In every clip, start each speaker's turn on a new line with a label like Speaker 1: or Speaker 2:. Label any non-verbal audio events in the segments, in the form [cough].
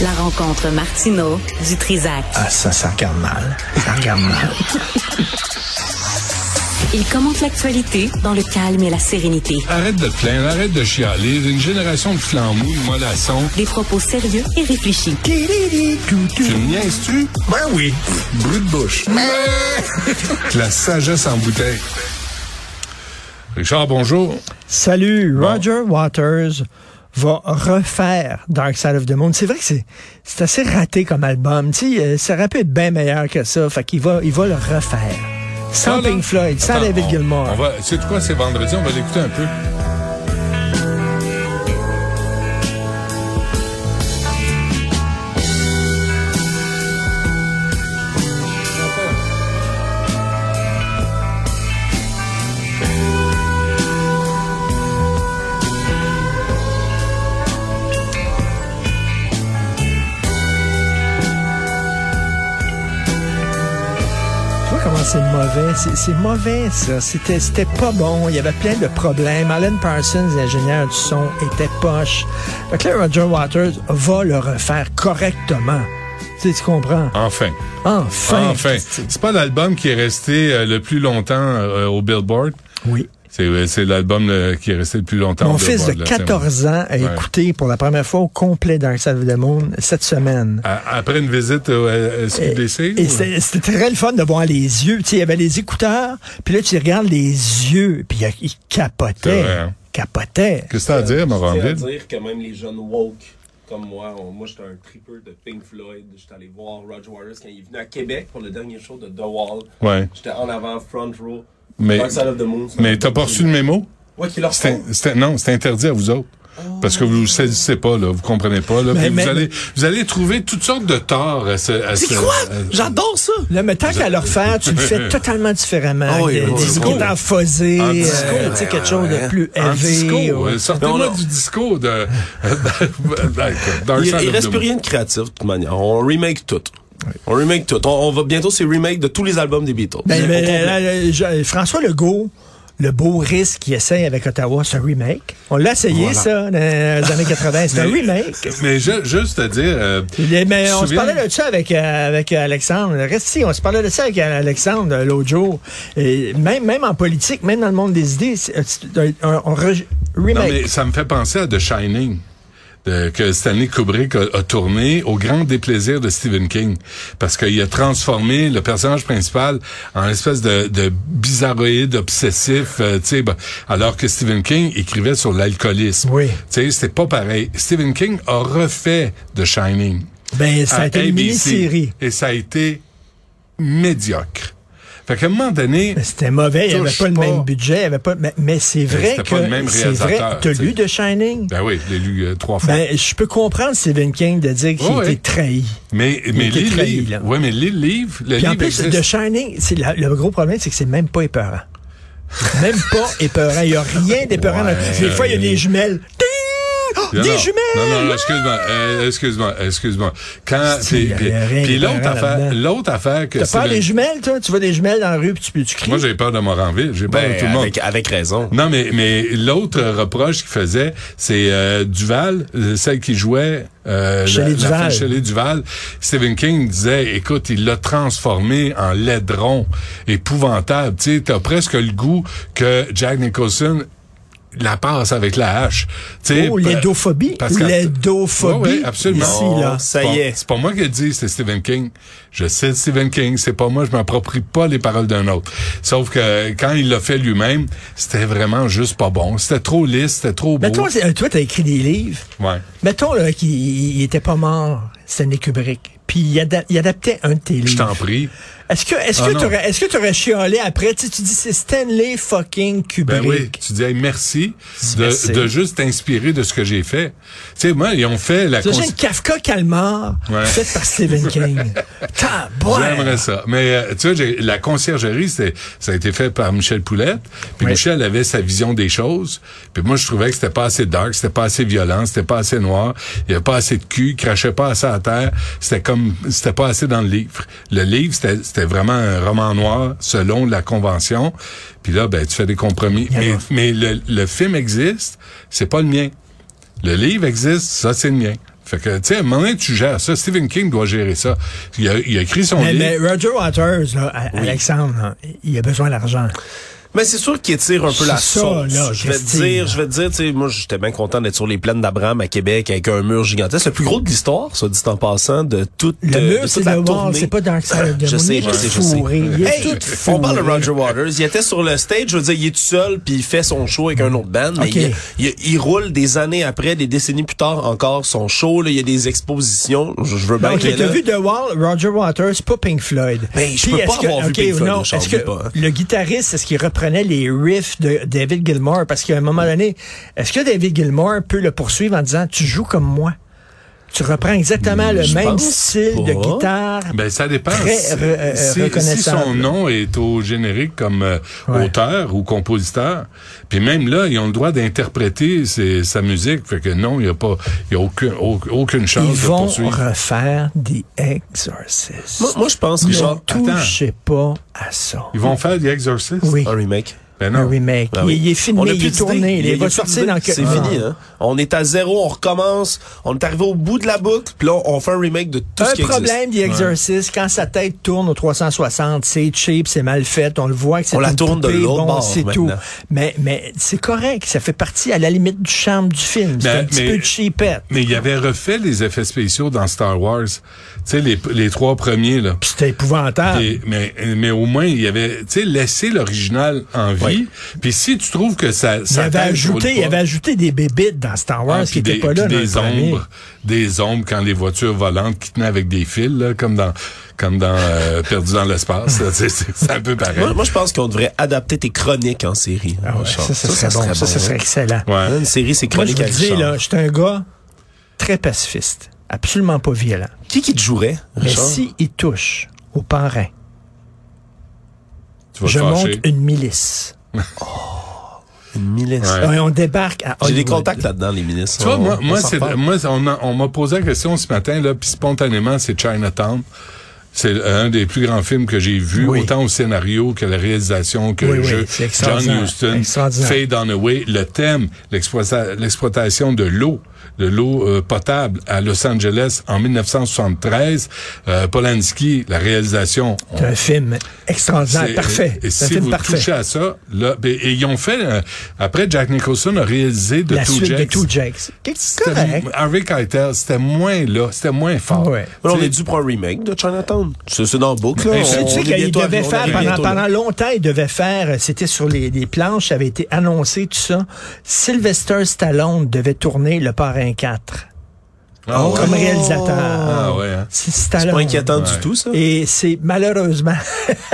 Speaker 1: La rencontre Martino du Trizac.
Speaker 2: Ah, ça, ça regarde mal. Ça regarde
Speaker 3: [laughs]
Speaker 2: mal.
Speaker 1: Il commente l'actualité dans le calme et la sérénité.
Speaker 3: Arrête de te plaindre, arrête de chialer. Une génération de flambouilles, de mollassons.
Speaker 1: Des propos sérieux et réfléchis.
Speaker 3: Tu me niaises-tu?
Speaker 2: Ben oui.
Speaker 3: Brut de bouche. [laughs] La sagesse en bouteille. Richard, bonjour.
Speaker 4: Salut, Roger Waters va refaire Dark Side of the Moon. C'est vrai que c'est, c'est assez raté comme album. Tu sais, euh, ça aurait pu être bien meilleur que ça. Fait qu'il va, il va le refaire. Sans
Speaker 3: Pardon?
Speaker 4: Pink Floyd, sans
Speaker 3: Attends,
Speaker 4: David
Speaker 3: on-
Speaker 4: Gilmour.
Speaker 3: On va, sais quoi, c'est vendredi, on va l'écouter un peu.
Speaker 4: Tu vois comment c'est mauvais? C'est, c'est mauvais, ça. C'était, c'était pas bon. Il y avait plein de problèmes. Alan Parsons, l'ingénieur du son, était poche. Fait que là, Roger Waters va le refaire correctement. Tu sais, tu comprends?
Speaker 3: Enfin.
Speaker 4: Enfin!
Speaker 3: Enfin.
Speaker 4: Christy.
Speaker 3: C'est pas l'album qui est resté euh, le plus longtemps euh, au Billboard.
Speaker 4: Oui.
Speaker 3: C'est euh, c'est l'album euh, qui est resté le plus longtemps
Speaker 4: Mon
Speaker 3: au
Speaker 4: fils de
Speaker 3: Billboard, là,
Speaker 4: 14 ans a
Speaker 3: Ouais.
Speaker 4: écouté pour la première fois au complet Dark Side of the Moon cette semaine.
Speaker 3: À- Après une visite au euh, SQDC?
Speaker 4: Et
Speaker 3: ou-
Speaker 4: c'était c'était très le fun de voir les yeux. Tu sais, il y avait les écouteurs, puis là, tu regardes les yeux, puis il y a- il
Speaker 3: C'est
Speaker 4: capotait.
Speaker 3: vrai, hein?
Speaker 4: Capotait.
Speaker 3: Qu'est-ce que t'as à dire,
Speaker 5: à
Speaker 3: Moranville?
Speaker 5: dire que même les jeunes woke comme moi, on- moi j'étais un tripeur de Pink Floyd. J'étais allé voir Roger Waters quand il est venu à Québec pour le dernier show de The Wall.
Speaker 3: Ouais.
Speaker 5: J'étais en avant, front row.
Speaker 3: Mais-
Speaker 5: Dark Side of the Moon.
Speaker 3: Mais t'as pas reçu le mémo?
Speaker 5: Ouais, qui
Speaker 6: Ah,
Speaker 5: leur
Speaker 3: C'était- c'était- non, c'est interdit à vous autres. Parce que vous ne saisissez pas, là, vous comprenez pas. Là,
Speaker 4: Mais-
Speaker 3: puis vous,
Speaker 4: mais-
Speaker 3: allez, vous allez trouver toutes sortes de torts à ce... à ce- à-
Speaker 4: J'adore ça! Là, mais tant qu'à le refaire, tu le
Speaker 3: [laughs]
Speaker 4: fais totalement différemment.
Speaker 6: Ah oui,
Speaker 4: Avec
Speaker 6: oui,
Speaker 4: des- des
Speaker 6: oui.
Speaker 4: écouteurs phosés,
Speaker 3: En
Speaker 4: euh,
Speaker 3: disco,
Speaker 4: tu sais, quelque chose de plus
Speaker 3: en
Speaker 4: élevé.
Speaker 3: disco.
Speaker 4: ouais.
Speaker 3: euh, Sortez-moi
Speaker 6: Non, non.
Speaker 3: du disco de... [laughs] Dark
Speaker 6: Il,
Speaker 3: Side
Speaker 6: il
Speaker 3: of
Speaker 6: reste
Speaker 3: the
Speaker 6: plus
Speaker 3: Moon.
Speaker 6: rien de créatif de toute manière. On remake tout. On remake tout. On, on va bientôt c'est remake de tous les albums des Beatles.
Speaker 4: Ben,
Speaker 6: Au
Speaker 4: ben,
Speaker 6: complet.
Speaker 4: là, là, je- François Legault, le beau risque qu'il essaye avec Ottawa, ce remake. On l'a essayé, ça, dans les années 80. C'est un
Speaker 3: [laughs] Mais-
Speaker 4: remake.
Speaker 3: Mais ju- juste à dire... euh,
Speaker 4: Mais, mais
Speaker 3: tu te
Speaker 4: on se
Speaker 3: souviens-
Speaker 4: parlait de ça avec, euh, avec Alexandre. Reste ici, on se parlait de ça avec Alexandre euh, l'autre jour. Et même, même en politique, même dans le monde des idées, c'est- euh, c'est un- un- on re-
Speaker 3: Non,
Speaker 4: remake.
Speaker 3: mais ça me fait penser à The Shining. de- que Stanley Kubrick a, a tourné au grand déplaisir de Stephen King parce qu'il a transformé le personnage principal en espèce de, de bizarroïde obsessif, euh, tu sais, bah, alors que Stephen King écrivait sur l'alcoolisme.
Speaker 4: Oui.
Speaker 3: tu sais, c'était pas pareil. Stephen King a refait The Shining
Speaker 4: Ben, ça
Speaker 3: à
Speaker 4: a été une
Speaker 3: ABC.
Speaker 4: mini-série.
Speaker 3: et ça a été médiocre. Fait qu'à un moment donné,
Speaker 4: Mais C'était mauvais, il n'y avait
Speaker 3: Touche
Speaker 4: pas le
Speaker 3: pas.
Speaker 4: même budget, il y avait pas, mais, mais c'est vrai
Speaker 3: c'était
Speaker 4: que
Speaker 3: pas le même
Speaker 4: c'est vrai.
Speaker 3: réalisateur,
Speaker 4: T'as
Speaker 3: tu sais.
Speaker 4: lu de Shining?
Speaker 3: ben oui, je l'ai lu euh, trois fois.
Speaker 4: Ben, je peux comprendre Stephen King de dire qu'il
Speaker 3: Ouais.
Speaker 4: était trahi.
Speaker 3: Mais, mais
Speaker 4: était
Speaker 3: lis le
Speaker 4: trahi, là.
Speaker 3: livre. Ouais, mais lis le livre. Le
Speaker 4: Puis en
Speaker 3: livre
Speaker 4: plus,
Speaker 3: existe.
Speaker 4: The Shining, c'est la- le gros problème, c'est que c'est même pas épeurant. Même
Speaker 3: [laughs]
Speaker 4: pas épeurant. Il n'y a rien d'épeurant.
Speaker 3: Ouais.
Speaker 4: Des fois, il y a des jumelles. Ting! Oh,
Speaker 3: Non,
Speaker 4: des
Speaker 3: non.
Speaker 4: jumelles!
Speaker 3: Non, non, non, excuse-moi, euh, excuse-moi, excuse-moi. Quand,
Speaker 4: C'est-tu,
Speaker 3: puis,
Speaker 4: il y
Speaker 3: puis-
Speaker 4: avait rien
Speaker 3: puis l'autre
Speaker 4: d'apparent
Speaker 3: affaire,
Speaker 4: là-dedans.
Speaker 3: l'autre affaire que
Speaker 4: T'as peur
Speaker 3: Stephen-
Speaker 4: des jumelles, toi? Tu vois des jumelles dans la rue, puis tu, tu cries.
Speaker 3: Moi, j'ai peur de Moranville, j'ai peur
Speaker 6: Ben,
Speaker 3: de tout le monde.
Speaker 6: avec, avec raison.
Speaker 3: Non, mais, mais l'autre reproche qu'il faisait, c'est euh, Duval, euh, celle qui jouait euh,
Speaker 4: Shelley
Speaker 3: la- la
Speaker 4: Duval.
Speaker 3: fille Shelley Duval. Stephen King disait, écoute, il l'a transformé en laidron épouvantable. Tu sais, t'as presque le goût que Jack Nicholson la passe avec la hache. Tu sais,
Speaker 4: Oh,
Speaker 3: pa-
Speaker 4: l'édophobie.
Speaker 3: parce que-
Speaker 4: L'édophobie.
Speaker 3: Ouais, ouais, absolument.
Speaker 4: Ici, là.
Speaker 6: Oh, ça y est.
Speaker 3: C'est pas moi qui le dis, c'est Stephen King. Je cite Stephen King, c'est pas moi, je m'approprie pas les paroles d'un autre. Sauf que quand il l'a fait lui-même, c'était vraiment juste pas bon. C'était trop lisse, c'était trop beau.
Speaker 4: Mettons, c'est- euh, toi, t'as écrit des livres.
Speaker 3: ouais.
Speaker 4: Mettons, là, qu'il il était pas mort, Stanley Kubrick. Puis il, ada- il adaptait un de tes
Speaker 3: Je t'en
Speaker 4: livres.
Speaker 3: prie.
Speaker 4: Est-ce que, est-ce
Speaker 3: Ah,
Speaker 4: que
Speaker 3: non.
Speaker 4: t'aurais, est-ce que t'aurais chiolé après? Tu, sais, tu dis, c'est Stanley fucking Kubrick.
Speaker 3: Ben oui, tu dis hey, merci de,
Speaker 4: Merci.
Speaker 3: de juste t'inspirer de ce que j'ai fait. Tu sais, moi, ils ont fait la
Speaker 4: T'imagines
Speaker 3: consti-
Speaker 4: Kafka Calmar,
Speaker 3: Ouais.
Speaker 4: faite par Stephen
Speaker 6: [laughs]
Speaker 4: King.
Speaker 3: J'aimerais
Speaker 4: Tabouin!
Speaker 3: ça. Mais euh, tu vois, j'ai- la conciergerie, c'était- ça a été fait par Michel Poulette. Puis
Speaker 4: Oui.
Speaker 3: Michel avait sa vision des choses. Puis moi, je trouvais que c'était pas assez dark, c'était pas assez violent, c'était pas assez noir. Il y avait pas assez de cul, il crachait pas assez à terre. C'était comme, c'était pas assez dans le livre. Le livre, c'était c'était vraiment un roman noir selon la convention. Puis là, ben, tu fais des compromis.
Speaker 4: Il y
Speaker 3: Mais,
Speaker 4: en a.
Speaker 3: mais le, le film existe, c'est pas le mien. Le livre existe, ça c'est le mien. Fait que, tu sais, à un moment donné, tu gères ça. Stephen King doit gérer ça. Il a, il a écrit son
Speaker 4: Mais,
Speaker 3: livre.
Speaker 4: mais Roger Waters, là, à- Alexandre, là, il a besoin d'argent.
Speaker 6: Mais c'est sûr qu'il étire un peu la
Speaker 4: C'est ça,
Speaker 6: sauce.
Speaker 4: là,
Speaker 6: je vais te
Speaker 4: Christine.
Speaker 6: dire, je vais te dire, tu sais, moi j'étais bien content d'être sur les plaines d'Abraham à Québec avec un mur gigantesque, le plus gros de l'histoire, ça dit en passant, de toute
Speaker 4: Le
Speaker 6: euh, de
Speaker 4: mur,
Speaker 6: toute
Speaker 4: c'est
Speaker 6: la
Speaker 4: le wall,
Speaker 6: tournée.
Speaker 4: c'est pas Dark Side of the
Speaker 6: [laughs] Je
Speaker 4: Moon.
Speaker 6: sais,
Speaker 4: Il est
Speaker 6: je
Speaker 4: tout
Speaker 6: sais, je sais.
Speaker 4: fourré, il est
Speaker 6: Hey,
Speaker 4: tout
Speaker 6: on parle de
Speaker 4: fourré.
Speaker 6: Roger Waters. Il était sur le stage, je veux dire, il est tout seul, puis il fait son show avec un autre band. Mais
Speaker 4: Ok.
Speaker 6: il, il- il roule des années après, des décennies plus tard encore son show. Là, il y a des expositions. Je, je veux bien
Speaker 4: Donc,
Speaker 6: qu'il y ait
Speaker 4: t'as
Speaker 6: Ben, là.
Speaker 4: vu The Wall, Roger Waters, pas Pink Floyd.
Speaker 6: Ben, je
Speaker 4: Puis
Speaker 6: peux
Speaker 4: est-ce
Speaker 6: pas
Speaker 4: que-
Speaker 6: avoir vu
Speaker 4: ok,
Speaker 6: Pink Floyd,
Speaker 4: non,
Speaker 6: Richard,
Speaker 4: Est-ce que
Speaker 6: oublie pas, hein.
Speaker 4: le guitariste, est-ce qu'il reprenait les riffs de David Gilmour? Parce qu'à un moment donné, est-ce que David Gilmour peut le poursuivre en disant, tu joues comme moi? Tu reprends exactement le
Speaker 6: Hmm, je
Speaker 4: même
Speaker 6: pense
Speaker 4: style de
Speaker 6: pas.
Speaker 4: guitare.
Speaker 3: Ben ça dépend.
Speaker 4: Très
Speaker 3: Si-
Speaker 4: re- euh,
Speaker 3: si,
Speaker 4: reconnaissable.
Speaker 3: si son nom est au générique comme euh,
Speaker 4: Ouais.
Speaker 3: auteur ou compositeur, puis même là, ils ont le droit d'interpréter ses- sa musique. Fait que non, il n'y a pas, il y a aucun- au- aucune chance
Speaker 4: Ils
Speaker 3: de
Speaker 4: vont
Speaker 3: poursuivre.
Speaker 4: refaire des exorcistes.
Speaker 6: Moi, moi, je pense,
Speaker 4: ne
Speaker 6: Richard,
Speaker 4: touchez pas à ça.
Speaker 3: Ils vont faire The Exorcist.
Speaker 4: Oui,
Speaker 6: un remake.
Speaker 3: Ben
Speaker 4: un
Speaker 3: non.
Speaker 4: remake.
Speaker 6: Ah oui.
Speaker 4: il, il est filmé,
Speaker 6: On a
Speaker 4: il
Speaker 6: plus
Speaker 4: est
Speaker 6: d'idées.
Speaker 4: tourné. Il,
Speaker 6: y a
Speaker 4: va
Speaker 6: plus
Speaker 4: sortir
Speaker 6: d'idées.
Speaker 4: dans Ah. quelques
Speaker 6: C'est fini, hein? On est à zéro, on recommence. On est arrivé au bout de la boucle, puis là, on fait un remake de tout ce
Speaker 4: Un
Speaker 6: qui existe.
Speaker 4: problème The Exorcist, quand sa tête tourne au 360, c'est cheap, c'est mal fait, on le voit que c'est
Speaker 6: On la
Speaker 4: une
Speaker 6: tourne de
Speaker 4: poupée,
Speaker 6: l'autre
Speaker 4: bon,
Speaker 6: bord
Speaker 4: c'est
Speaker 6: maintenant.
Speaker 4: tout. Mais, mais c'est correct, ça fait partie à la limite du charme du film. C'est un
Speaker 3: Ben,
Speaker 4: petit
Speaker 3: mais-
Speaker 4: peu cheapette.
Speaker 3: Mais il avait refait les effets spéciaux dans Star Wars. Tu sais, les, les trois premiers, là.
Speaker 4: Puis C'était épouvantable.
Speaker 3: Et- mais, mais au moins, il avait, tu sais, laissé l'original en vie. Puis si tu trouves que ça,
Speaker 4: Il
Speaker 3: ça
Speaker 4: avait,
Speaker 3: t'aide sur
Speaker 4: ajouté,
Speaker 3: le
Speaker 4: il
Speaker 3: pas-
Speaker 4: avait ajouté des bébites dans Star Wars
Speaker 3: Ah,
Speaker 4: qui
Speaker 3: puis
Speaker 4: n'étaient pas
Speaker 3: des,
Speaker 4: là.
Speaker 3: puis
Speaker 4: dans le
Speaker 3: des
Speaker 4: premier.
Speaker 3: ombres, des ombres quand les voitures volantes qui tenaient avec des fils, là, comme dans, comme dans euh, Perdu dans l'espace. là, [laughs] c'est- C'est c'est un peu pareil.
Speaker 6: Euh, Moi, moi, je pense qu'on devrait adapter tes chroniques en série.
Speaker 4: Ah ouais,
Speaker 6: Richard.
Speaker 4: ça, ça, serait bon. Ça, ça
Speaker 6: hein.
Speaker 4: serait excellent.
Speaker 3: Ouais.
Speaker 6: Une série, c'est
Speaker 4: Moi, je
Speaker 6: chronique
Speaker 4: vous
Speaker 6: à
Speaker 4: le dis,
Speaker 6: Richard.
Speaker 4: là, j'étais un gars très pacifiste, absolument pas violent.
Speaker 6: Qui qui te jouerait,
Speaker 4: Mais
Speaker 6: Richard?
Speaker 4: si il touche au parrain,
Speaker 3: Tu vas
Speaker 4: je
Speaker 3: te fâcher.
Speaker 4: monte une milice.
Speaker 6: Une ministre.
Speaker 3: Ouais.
Speaker 4: Et on débarque à
Speaker 6: J'ai des
Speaker 4: Hollywood.
Speaker 6: contacts là-dedans, les ministres.
Speaker 3: Tu vois,
Speaker 6: On-
Speaker 3: moi,
Speaker 6: on
Speaker 3: moi,
Speaker 6: s'en
Speaker 3: c'est,
Speaker 6: parle.
Speaker 3: moi, on a- on m'a posé la question ce matin, là, puis spontanément, c'est Chinatown. C'est euh, un des plus grands films que j'ai vu,
Speaker 4: Oui.
Speaker 3: autant au scénario que la réalisation que
Speaker 4: Oui,
Speaker 3: le
Speaker 4: oui,
Speaker 3: jeu.
Speaker 4: c'est
Speaker 3: John
Speaker 4: extraordinaire,
Speaker 3: Huston,
Speaker 4: extraordinaire.
Speaker 3: Faye Dunaway, le thème, l'exploita- l'exploitation de l'eau, de l'eau euh, potable à Los Angeles en 1973. Euh, Polanski, la réalisation. on-
Speaker 4: C'est un film extraordinaire,
Speaker 3: c'est-
Speaker 4: parfait.
Speaker 3: Et, et
Speaker 4: C'est un
Speaker 3: si
Speaker 4: film
Speaker 3: vous
Speaker 4: parfait.
Speaker 3: touchez à ça, là, ben, et ils ont fait, euh, après Jack Nicholson a réalisé de
Speaker 4: la
Speaker 3: Two
Speaker 4: suite de
Speaker 3: Jacks.
Speaker 4: Two Jacks. C'est
Speaker 3: C'était
Speaker 4: correct.
Speaker 3: mou- Harvey Keitel, c'était moins là, c'était moins fort.
Speaker 4: Ouais.
Speaker 6: Là, on
Speaker 3: Tu
Speaker 6: est
Speaker 3: sais,
Speaker 6: dû pour un remake de Chinatown. C'est c'est dans le book, là.
Speaker 3: Et
Speaker 6: On-
Speaker 3: c'est-
Speaker 4: Tu
Speaker 6: on
Speaker 4: sais
Speaker 6: est
Speaker 4: qu'il
Speaker 6: bientôt
Speaker 4: devait
Speaker 6: arrivé- on
Speaker 4: faire
Speaker 6: est
Speaker 4: pendant,
Speaker 6: bientôt là.
Speaker 4: pendant longtemps, il devait faire, euh, c'était sur les, les planches, ça avait été annoncé, tout ça. Sylvester Stallone devait tourner Le Parrain 4
Speaker 3: Ah ouais.
Speaker 4: comme réalisateur.
Speaker 3: Ah ouais, hein.
Speaker 4: C'est
Speaker 6: C'est
Speaker 4: Stallone.
Speaker 6: pas inquiétant
Speaker 3: Ouais.
Speaker 6: du tout, ça.
Speaker 4: Et c'est malheureusement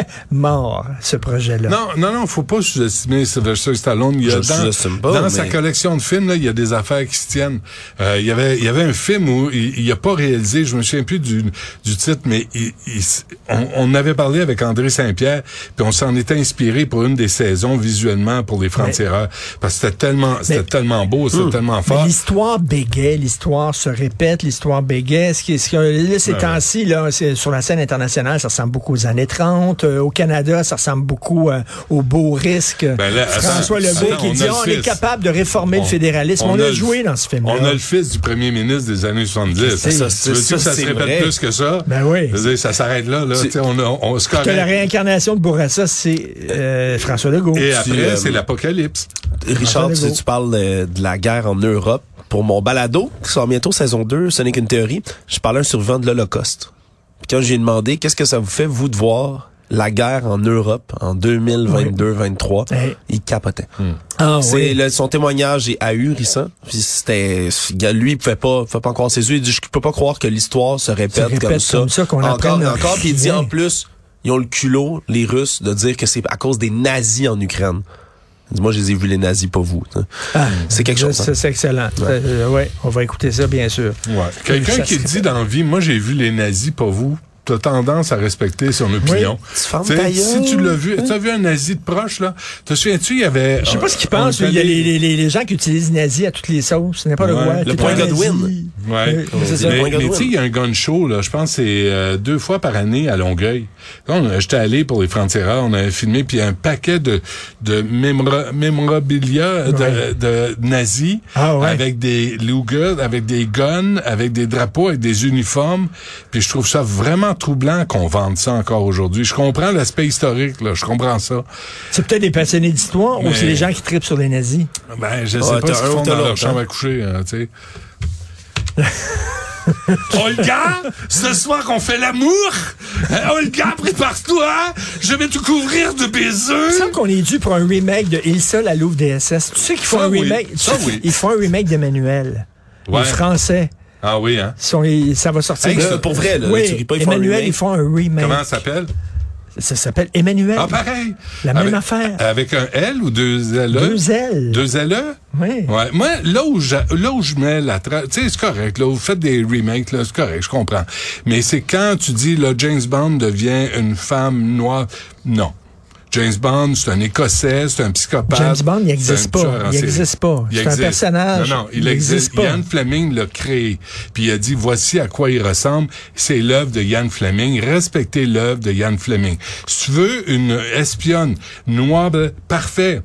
Speaker 4: [laughs] mort, ce projet-là.
Speaker 3: Non, non, non, faut pas sous-estimer Sylvester Stallone. Il y a
Speaker 6: Je le
Speaker 3: dans
Speaker 6: sous-estime pas,
Speaker 3: dans
Speaker 6: mais-
Speaker 3: sa collection de films, là, il y a des affaires qui se tiennent. Euh, il y avait, il y avait un film où il, il a pas réalisé, je me souviens plus du, du titre, mais il- il s- on, on avait parlé avec André Saint-Pierre, puis on s'en était inspiré pour une des saisons visuellement pour les Francs-Tireurs, parce que c'était tellement, c'était
Speaker 4: Mais- Hum.
Speaker 3: tellement beau, c'était tellement
Speaker 4: Mais
Speaker 3: fort.
Speaker 4: l'histoire bégaie, l'histoire se répète, l'histoire bégaie. Ce qui, ce qui- là, ces
Speaker 3: Ouais.
Speaker 4: temps-ci, là, c'est- sur la scène internationale, ça ressemble beaucoup aux années 30. Euh, au Canada, ça ressemble beaucoup euh, au beau risque.
Speaker 3: Ben là, attends,
Speaker 4: François Legault
Speaker 3: attends,
Speaker 4: qui
Speaker 3: on
Speaker 4: dit Ah,
Speaker 3: a le
Speaker 4: on est
Speaker 3: fils.
Speaker 4: capable de réformer le fédéralisme. On, a, joué dans ce film-là.
Speaker 3: On a le fils du premier ministre des années 70.
Speaker 6: Ça, ça,
Speaker 3: Tu veux-tu
Speaker 6: ça,
Speaker 3: que ça
Speaker 6: c'est
Speaker 3: se répète
Speaker 6: vrai.
Speaker 3: plus que ça?
Speaker 4: Ben oui.
Speaker 3: Je veux dire, ça s'arrête là, là.
Speaker 6: Tu-
Speaker 3: Tu sais, On, a- on se
Speaker 4: Que la
Speaker 3: corrige.
Speaker 4: réincarnation de Bourassa, c'est euh, François Legault.
Speaker 3: Et
Speaker 6: tu,
Speaker 3: après,
Speaker 6: euh,
Speaker 3: c'est l'apocalypse.
Speaker 6: Richard,
Speaker 4: Antoine
Speaker 6: tu,
Speaker 4: Legault.
Speaker 6: tu parles de, de la guerre en Europe. Pour mon balado, qui sort bientôt saison 2, ce n'est qu'une théorie, je parlais à un survivant de l'Holocauste. Puis quand j'ai demandé, qu'est-ce que ça vous fait, vous, de voir la guerre en Europe en 2022-23,
Speaker 4: Hey.
Speaker 6: il capotait.
Speaker 4: Ah,
Speaker 6: C'est le- son témoignage est ahurissant. Puis c'était lui il pouvait pas fait pas encore ses yeux, il dit je peux pas croire que l'histoire se répète,
Speaker 4: répète
Speaker 6: comme ça.
Speaker 4: comme ça, qu'on
Speaker 6: encore
Speaker 4: apprenne
Speaker 6: et encore puis il dit
Speaker 4: rien.
Speaker 6: en plus ils ont le culot les Russes de dire que c'est à cause des nazis en Ukraine. Il dit, Moi, je les ai vus les nazis, pas vous. hein.
Speaker 4: Ah,
Speaker 6: c'est quelque
Speaker 4: ça,
Speaker 6: chose, hein.
Speaker 4: ça, C'est excellent. Ça, euh, ouais, on va écouter ça, bien sûr.
Speaker 3: Ouais. Quelqu'un
Speaker 4: ça
Speaker 3: qui
Speaker 4: se
Speaker 3: dit dans la vie, moi j'ai vu les nazis, pas vous. t'as tendance à respecter son opinion.
Speaker 6: tu fermes
Speaker 3: T'sais,
Speaker 6: ta
Speaker 3: si
Speaker 6: gueule.
Speaker 3: tu l'as vu, tu as vu un nazi de proche, là? Te souviens-tu, il y avait...
Speaker 4: Je sais pas ce qu'ils
Speaker 3: Ah, on
Speaker 4: pensent.
Speaker 3: est
Speaker 4: Il y a
Speaker 3: allé-
Speaker 4: les, les- les- les gens qui utilisent nazi à toutes les sauces. C'est n'importe
Speaker 3: Ouais.
Speaker 4: quoi.
Speaker 3: Le
Speaker 4: Tout
Speaker 6: point
Speaker 4: est nazi.
Speaker 6: Godwin.
Speaker 3: Ouais.
Speaker 4: Oui, c'est ça.
Speaker 3: Mais, mais
Speaker 6: Point Godwin.
Speaker 3: tu sais, il y a un gun show, là. Je pense que c'est euh, deux fois par année à Longueuil. Quand on- j'étais allé pour les Frontières, on avait filmé, puis il y a un paquet de, de mémora- mémorabilia de, de nazis
Speaker 4: Ah ouais.
Speaker 3: avec des lugas, avec des guns, avec des drapeaux, avec des uniformes. Puis je trouve ça vraiment troublant qu'on vende ça encore aujourd'hui. Je comprends l'aspect historique, là. Je comprends ça.
Speaker 4: C'est peut-être des passionnés d'histoire ou
Speaker 3: Mais-
Speaker 4: c'est les gens qui tripent sur les nazis.
Speaker 3: Ben, je sais
Speaker 6: Ah,
Speaker 3: pas
Speaker 6: t'as
Speaker 3: ce qu'ils
Speaker 6: un
Speaker 3: font
Speaker 6: ou t'as
Speaker 3: dans leur
Speaker 6: l'autre,
Speaker 3: chambre
Speaker 6: hein?
Speaker 3: à coucher, hein, tu [laughs] sais. Olga, ce soir on fait l'amour. Euh, Olga, prépare-toi. Je vais te couvrir de
Speaker 4: Il me
Speaker 3: baisers.
Speaker 4: semble qu'on est dû pour un remake de Il seul à Louvre DSS. Tu sais qu'ils font
Speaker 3: Ça,
Speaker 4: un
Speaker 3: oui.
Speaker 4: remake. tu
Speaker 3: Ça,
Speaker 4: sais,
Speaker 3: oui.
Speaker 4: Ils font un remake d'Emmanuel.
Speaker 3: Ouais.
Speaker 4: Les Français.
Speaker 3: Ah oui, hein.
Speaker 4: Sont les- ça va sortir.
Speaker 6: Hey,
Speaker 4: de-
Speaker 6: c'est pour vrai, là.
Speaker 4: Oui,
Speaker 6: Tu ris pas, ils font un
Speaker 4: Emmanuel,
Speaker 6: remake.
Speaker 4: ils font un remake.
Speaker 3: Comment ça s'appelle?
Speaker 4: Ça s'appelle Emmanuel.
Speaker 3: Ah, pareil.
Speaker 4: La même
Speaker 3: Avec-
Speaker 4: affaire.
Speaker 3: Avec un L ou deux L? E?
Speaker 4: Deux ailes.
Speaker 3: Deux LE?
Speaker 4: Oui.
Speaker 3: Ouais. Moi, là où je, là où je mets la trace, tu sais, c'est correct, là, vous faites des remakes, là, c'est correct, je comprends. Mais c'est quand tu dis, là, James Bond devient une femme noire, non. James Bond, c'est un Écossais, c'est un psychopathe.
Speaker 4: James Bond, il
Speaker 3: c'est
Speaker 4: existe
Speaker 3: un
Speaker 4: pas.
Speaker 3: tueur en
Speaker 4: Il
Speaker 3: série.
Speaker 4: existe pas.
Speaker 3: Il
Speaker 4: C'est un
Speaker 3: existe.
Speaker 4: personnage.
Speaker 3: Non, non, il,
Speaker 4: Il
Speaker 3: existe.
Speaker 4: existe pas.
Speaker 3: Ian Fleming l'a créé. Puis il a dit, voici à quoi il ressemble. C'est l'œuvre de Ian Fleming. Respectez l'œuvre de Ian Fleming. Si tu veux une espionne noire, ben, parfait.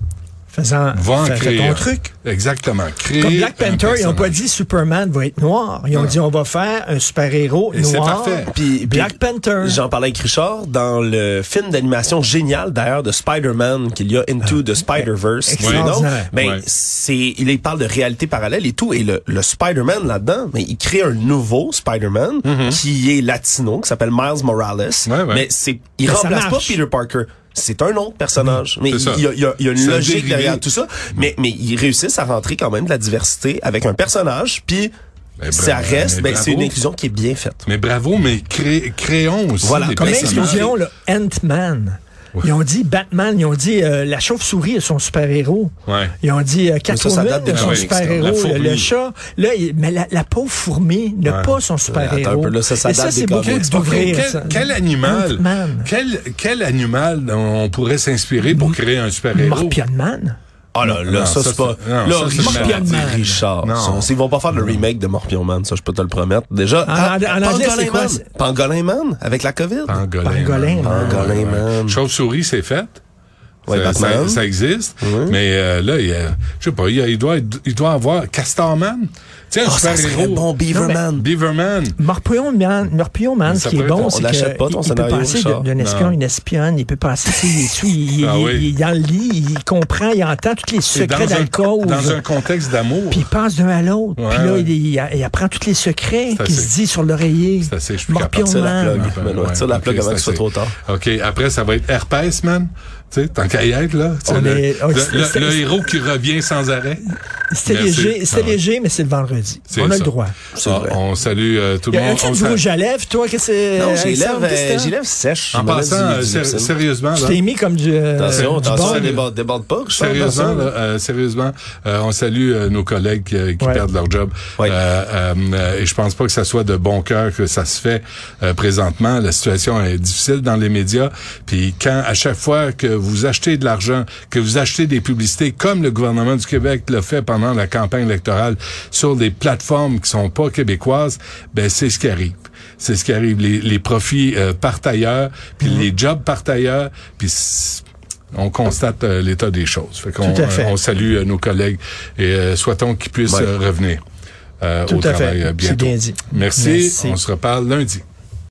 Speaker 4: Faisant
Speaker 3: Va en
Speaker 4: fais- fais
Speaker 3: créer
Speaker 4: ton
Speaker 3: un.
Speaker 4: truc.
Speaker 3: Exactement. Créer
Speaker 4: Comme Black
Speaker 3: un
Speaker 4: Panther, ils n'ont pas
Speaker 3: personnage.
Speaker 4: dit Superman va être noir. Ils ont dit on va faire un super-héros
Speaker 3: Et c'est
Speaker 4: noir.
Speaker 3: parfait.
Speaker 6: Puis, puis
Speaker 4: Black Panther.
Speaker 6: J'en parlais avec Richard dans le film d'animation génial d'ailleurs de Spider-Man qu'il y a Into the Spider-Verse.
Speaker 4: Ah, eh, extraordinaire.
Speaker 6: Mais
Speaker 3: Ouais.
Speaker 6: c'est il parle de réalité parallèle et tout et le, le Spider-Man là-dedans, mais il crée un nouveau Spider-Man qui est latino qui s'appelle Miles Morales.
Speaker 3: Mm-hmm. Ouais, ouais.
Speaker 6: Mais c'est
Speaker 4: Mais
Speaker 6: il
Speaker 4: Ben, ça
Speaker 6: remplace pas
Speaker 4: marche.
Speaker 6: Peter Parker. C'est un autre personnage, mais
Speaker 3: Mm-hmm. C'est ça.
Speaker 6: il y a, il y a- il y a une
Speaker 3: C'est un
Speaker 6: logique
Speaker 3: dérivé. Mm-hmm.
Speaker 6: derrière tout ça. Mais, mais ils réussissent à rentrer quand même de la diversité avec un personnage, puis
Speaker 3: Ben,
Speaker 6: ça
Speaker 3: bravo,
Speaker 6: reste,
Speaker 3: mais
Speaker 6: ben, c'est une
Speaker 3: bravo.
Speaker 6: inclusion qui est bien faite.
Speaker 3: Mais bravo, mais cré- créons aussi
Speaker 6: Voilà,
Speaker 3: des
Speaker 6: comme
Speaker 4: Comme
Speaker 3: personnages.
Speaker 4: l'explosion, le Ant-Man. Ils ont dit Batman, ils ont dit euh, la chauve-souris est son super-héros.
Speaker 3: Ouais.
Speaker 4: Ils ont dit euh,
Speaker 6: ça, ça
Speaker 4: Catwoman
Speaker 6: date de
Speaker 4: est son
Speaker 3: Comics, ça. La
Speaker 4: super-héros, le,
Speaker 3: fourmi.
Speaker 4: le chat. Là, il- mais la, la pauvre fourmi n'a
Speaker 3: Ouais.
Speaker 4: pas son
Speaker 6: Attends un
Speaker 4: super-héros.
Speaker 6: peu, là, ça, ça
Speaker 4: Et ça,
Speaker 6: date des
Speaker 4: c'est beaucoup
Speaker 6: comics.
Speaker 4: d'ouvrir.
Speaker 3: Quel-
Speaker 4: ça.
Speaker 3: Quel animal,
Speaker 4: Ant-Man. Mm.
Speaker 3: quel, quel animal on pourrait s'inspirer pour créer un super-héros?
Speaker 4: Morpion Man.
Speaker 6: Ah là, là,
Speaker 3: Non,
Speaker 6: ça,
Speaker 3: ça,
Speaker 6: c'est pas.
Speaker 3: c'est- non,
Speaker 6: là,
Speaker 3: ça, c'est
Speaker 6: Richard,
Speaker 4: Morpion
Speaker 6: c'est
Speaker 4: Man.
Speaker 6: Richard.
Speaker 3: Non.
Speaker 6: ça, c'est- ils vont pas faire le remake de Morpion Man, ça, je peux te le promettre. Déjà.
Speaker 4: en
Speaker 6: ah,
Speaker 4: anglais,
Speaker 6: Pangolin
Speaker 4: c'est quoi,
Speaker 6: Man.
Speaker 4: c'est-
Speaker 6: Pangolin Man, avec la COVID.
Speaker 3: Pangolin.
Speaker 4: Pangolin,
Speaker 3: man.
Speaker 4: man.
Speaker 6: Pangolin Man.
Speaker 3: Chauve-souris, c'est fait.
Speaker 6: Ouais,
Speaker 3: ça,
Speaker 6: Batman.
Speaker 3: ça- ça existe. Mais euh, là, il y a- je sais pas, il, y a- il doit, être- il doit avoir Castorman. Tu sais, un
Speaker 6: Ah, ça serait
Speaker 3: super-héros.
Speaker 6: bon, Beaver
Speaker 4: mais-
Speaker 6: Man.
Speaker 3: Beaverman.
Speaker 4: Morpion Man, Morpion Man
Speaker 3: Mais
Speaker 4: ce
Speaker 3: ça
Speaker 4: qui est
Speaker 3: peut-
Speaker 4: bon,
Speaker 3: on
Speaker 4: c'est
Speaker 6: l'achète pas, ton
Speaker 4: qu'il peut
Speaker 6: scénario,
Speaker 4: passer
Speaker 6: Richard.
Speaker 4: de- d'un espion
Speaker 3: Non.
Speaker 4: à une espionne, il peut passer, tu sais, il est sous, il,
Speaker 3: Ah
Speaker 4: il-
Speaker 3: oui.
Speaker 4: il est dans le lit, il comprend, il entend tous les
Speaker 3: C'est
Speaker 4: secrets
Speaker 3: dans un-
Speaker 4: d'alcool.
Speaker 3: Dans un contexte d'amour.
Speaker 4: Puis il passe d'un à l'autre.
Speaker 3: Ouais,
Speaker 4: puis là,
Speaker 3: ouais.
Speaker 4: il, il- il apprend tous les secrets
Speaker 3: C'est
Speaker 4: qu'il
Speaker 3: assez.
Speaker 4: se dit sur l'oreiller.
Speaker 3: C'est assez, je suis plus
Speaker 4: Morpion
Speaker 3: capable
Speaker 6: de tirer la
Speaker 4: Man.
Speaker 6: plug. Benoît, tire la
Speaker 3: Ah, ben, ok,
Speaker 6: plug avant
Speaker 3: c'est
Speaker 6: que ce soit
Speaker 3: assez.
Speaker 6: trop tard.
Speaker 3: OK, après, ça va être Herpès, man. Tu sais, tant qu'à y être, là. Tu sais,
Speaker 4: On
Speaker 3: le,
Speaker 4: est- oh,
Speaker 3: le-
Speaker 4: c'est-
Speaker 3: le-
Speaker 4: c'est-
Speaker 3: le
Speaker 4: c'est-
Speaker 3: héros qui revient sans arrêt.
Speaker 4: C'était
Speaker 3: Merci.
Speaker 4: léger, c'était
Speaker 3: Ah ouais.
Speaker 4: léger, mais c'est le vendredi.
Speaker 3: C'est
Speaker 4: On a
Speaker 3: ça.
Speaker 4: le droit.
Speaker 6: C'est
Speaker 3: Ah,
Speaker 6: vrai.
Speaker 3: on salue euh, tout
Speaker 4: Il y
Speaker 3: le
Speaker 4: a un
Speaker 3: monde.
Speaker 4: truc
Speaker 3: On
Speaker 4: du
Speaker 3: s'a-
Speaker 4: rouge à lèvres, toi, qu'est-ce que
Speaker 6: Non,
Speaker 4: c'est?
Speaker 6: j'ai les lèvres,
Speaker 4: Alexandre,
Speaker 6: euh,
Speaker 4: qu'est-ce
Speaker 6: j'ai
Speaker 4: que
Speaker 6: les lèvres sèches.
Speaker 3: en
Speaker 6: je me lève
Speaker 3: passant,
Speaker 6: du-
Speaker 3: euh,
Speaker 6: du
Speaker 3: sé-
Speaker 6: Lipson.
Speaker 3: sérieusement,
Speaker 4: t'as?
Speaker 3: là,
Speaker 4: Tu t'es mis comme du. euh,
Speaker 6: Attention,
Speaker 4: du
Speaker 6: attention,
Speaker 4: bord.
Speaker 6: déborde, déborde pas, Richard.
Speaker 3: sérieusement,
Speaker 6: attention.
Speaker 3: là, euh, sérieusement euh, on salue euh, nos collègues euh, qui
Speaker 4: Ouais.
Speaker 3: perdent leur job.
Speaker 6: Ouais.
Speaker 3: Euh, euh, euh, et je pense pas que ça soit de bon cœur que ça se fait euh, présentement. La situation est difficile dans les médias. Puis quand à chaque fois que vous achetez de l'argent, que vous achetez des publicités, comme le gouvernement du Québec l'a fait pendant la campagne électorale sur des plateformes qui sont pas québécoises, ben c'est ce qui arrive. C'est ce qui arrive. Les, les profits euh, partent ailleurs, puis
Speaker 4: Mhm.
Speaker 3: les jobs partent ailleurs, puis c- on constate euh, l'état des choses. Fait qu'on
Speaker 4: Tout à fait.
Speaker 3: euh, on salue euh, nos collègues et euh, souhaitons qu'ils puissent
Speaker 6: Ouais.
Speaker 3: euh, revenir euh,
Speaker 4: Tout
Speaker 3: au
Speaker 4: à
Speaker 3: travail
Speaker 4: fait.
Speaker 3: euh,
Speaker 4: C'est
Speaker 3: bientôt.
Speaker 4: bien dit.
Speaker 3: Merci.
Speaker 4: Merci.
Speaker 3: On se reparle lundi.